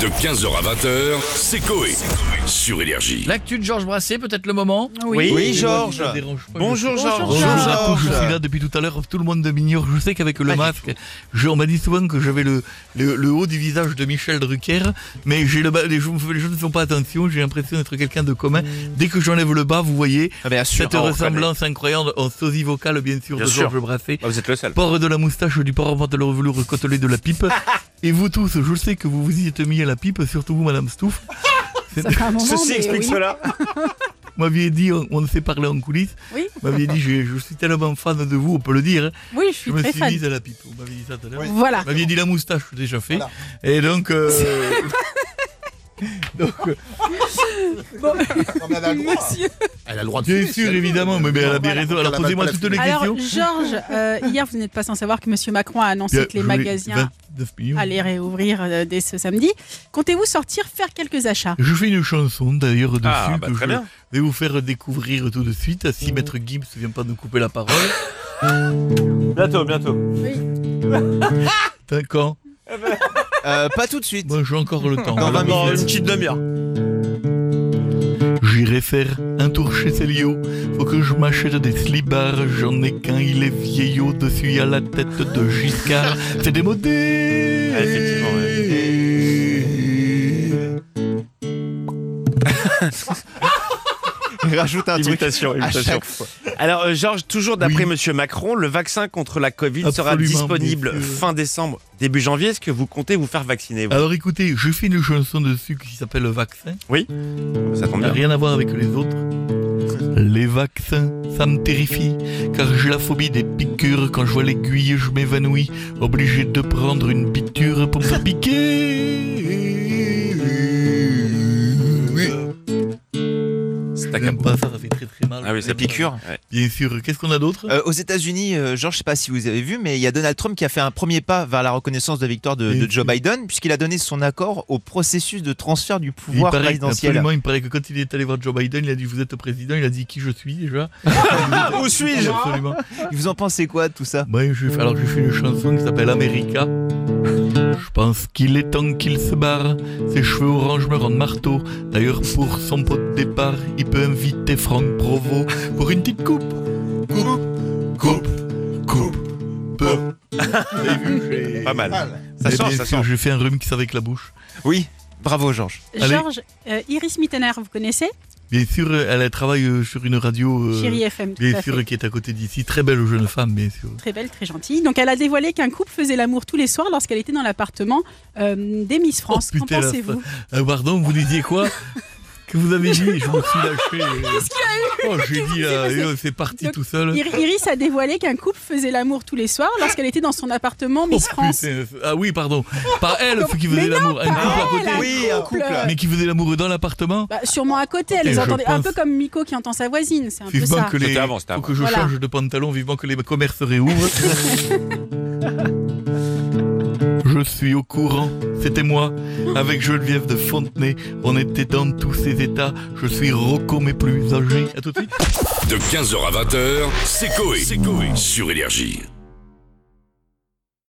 De 15h à 20h, c'est Coé. Sur Énergie. L'actu de Georges Brassé, peut-être le moment Oui, Georges. Ça dérange pas, Bonjour Georges. Ah, je- Bonjour, Georges. Je suis là depuis tout à l'heure, tout le monde m'ignore. Je sais qu'avec le masque, je, on m'a dit souvent que j'avais le, le, le haut du visage de Michel Drucker, mais j'ai le bas, les, gens, les gens ne font pas attention, j'ai l'impression d'être quelqu'un de commun. Mm. Dès que j'enlève le bas, vous voyez Ah, bien sûr, cette on ressemblance incroyable en sosie vocale, bien sûr, Bien de sûr. Georges Brassé. Ah, vous êtes le seul. Port de la moustache, du port de leur velours côtelé de la pipe. Et vous tous, je sais que vous vous y êtes mis à la pipe, surtout vous, Madame Stouff. Ceci explique cela. Vous m'aviez dit, on, on s'est parlé en coulisses. Oui. Vous m'aviez dit, je, je suis tellement fan de vous, on peut le dire. Oui, je suis je me très suis fan. mise à la pipe. Vous m'aviez dit ah ça tout à l'heure. Voilà. Vous m'aviez dit la moustache, je l'ai déjà fait. Et donc. euh, donc, euh, Monsieur. Elle a le droit de bien faire. sûr, évidemment, mais, mais elle a bien raison. Alors posez-moi toutes les Alors, questions. Georges, euh, hier, vous n'êtes pas sans savoir que Monsieur Macron a annoncé que les Bien joué, magasins 29 millions. allaient réouvrir euh, dès ce samedi. Comptez-vous sortir faire quelques achats Je fais une chanson d'ailleurs dessus Ah, bah, que très je bien. Mmh. vais vous faire découvrir tout de suite. Si Maître Gibbs ne vient pas nous couper la parole, Bientôt, bientôt. T'as quand Euh, pas tout de suite. Moi j'ai encore le temps. Dans 20 Alors, minutes. Une petite demi-heure. J'irai faire un tour chez Célio. Faut que je m'achète des slibards. J'en ai qu'un, il est vieillot. Dessus, à la tête de Giscard. C'est démodé. effectivement, rajoute un truc Imitation, à imitation. chaque fois. Alors, euh, Georges, toujours d'après Oui. Monsieur Macron, le vaccin contre la Covid sera Absolument, disponible monsieur. fin décembre, début janvier. Est-ce que vous comptez vous faire vacciner vous Alors écoutez, je fais une chanson dessus qui s'appelle Le Vaccin. Ça tombe Ça n'a bien. rien à voir avec les autres. Les vaccins, ça me terrifie, car j'ai la phobie des piqûres. Quand je vois l'aiguille, je m'évanouis, obligé de prendre une piqûre pour me piquer. C'est à J'aime Capo. pas ça, ça fait très très mal. Ah oui, ça J'aime pas. piqûre. Ouais. Bien sûr. Qu'est-ce qu'on a d'autre Euh, aux États-Unis, euh, Georges, je sais pas si vous avez vu, mais il y a Donald Trump qui a fait un premier pas vers la reconnaissance de la victoire de, de Oui. Joe Biden, puisqu'il a donné son accord au processus de transfert du il pouvoir paraît, présidentiel. absolument, il paraît que quand il est allé voir Joe Biden, il a dit Vous êtes président, il a dit Qui je suis déjà Où suis-je Absolument. Vous en pensez quoi de tout ça Ouais, Ben, je, alors j'ai fait une chanson qui s'appelle America. Je pense qu'il est temps qu'il se barre. Ses cheveux orange me rendent marteau. D'ailleurs, pour son pot de départ, il peut inviter Franck Provo pour une petite coupe. Coupe, coupe, coupe, peu. Vous avez vu, j'ai- Pas mal. Ah, Ça Mais sort, bien ça sûr, sort. J'ai fait un rhume qui s'est avec la bouche. Oui, bravo Georges. Allez. Georges, euh, Iris Mittener, vous connaissez Bien sûr, euh, elle travaille euh, sur une radio. euh, Chérie FM, tout Bien à sûr, fait. qui est à côté d'ici. Très belle jeune femme, bien sûr. Très belle, très gentille. Donc, elle a dévoilé qu'un couple faisait l'amour tous les soirs lorsqu'elle était dans l'appartement euh, des Miss France. Oh, Qu'en putain, la pensez-vous Ah, pardon, vous disiez quoi Que vous avez dit Je me suis lâché. Qu'est-ce qu'il a eu Oh, j'ai dit, là, passé et, euh, c'est parti Donc, tout seul. Ir- Iris a dévoilé qu'un couple faisait l'amour tous les soirs lorsqu'elle était dans son appartement Oh, Miss France. putain, ah oui, pardon. Par elle, Comment- ceux qui faisaient Mais l'amour. Un couple à côté. elle, Oui, un couple. couple. Mais qui faisait l'amour dans l'appartement Bah, sûrement à côté, elle Et les Hein je entendait. Un pense- peu comme Miko qui entend sa voisine, c'est un peu Vivement ça. que les. C'était avant, c'était Faut avant. que je Voilà. change de pantalon, vivement que les commerces réouvrent. Je suis au courant, c'était moi, avec Geneviève de Fontenay. On était dans tous ces états. Je suis Rocco, mais plus âgé. À tout de suite. De 15h à 20h, c'est Coé. Sur Énergie.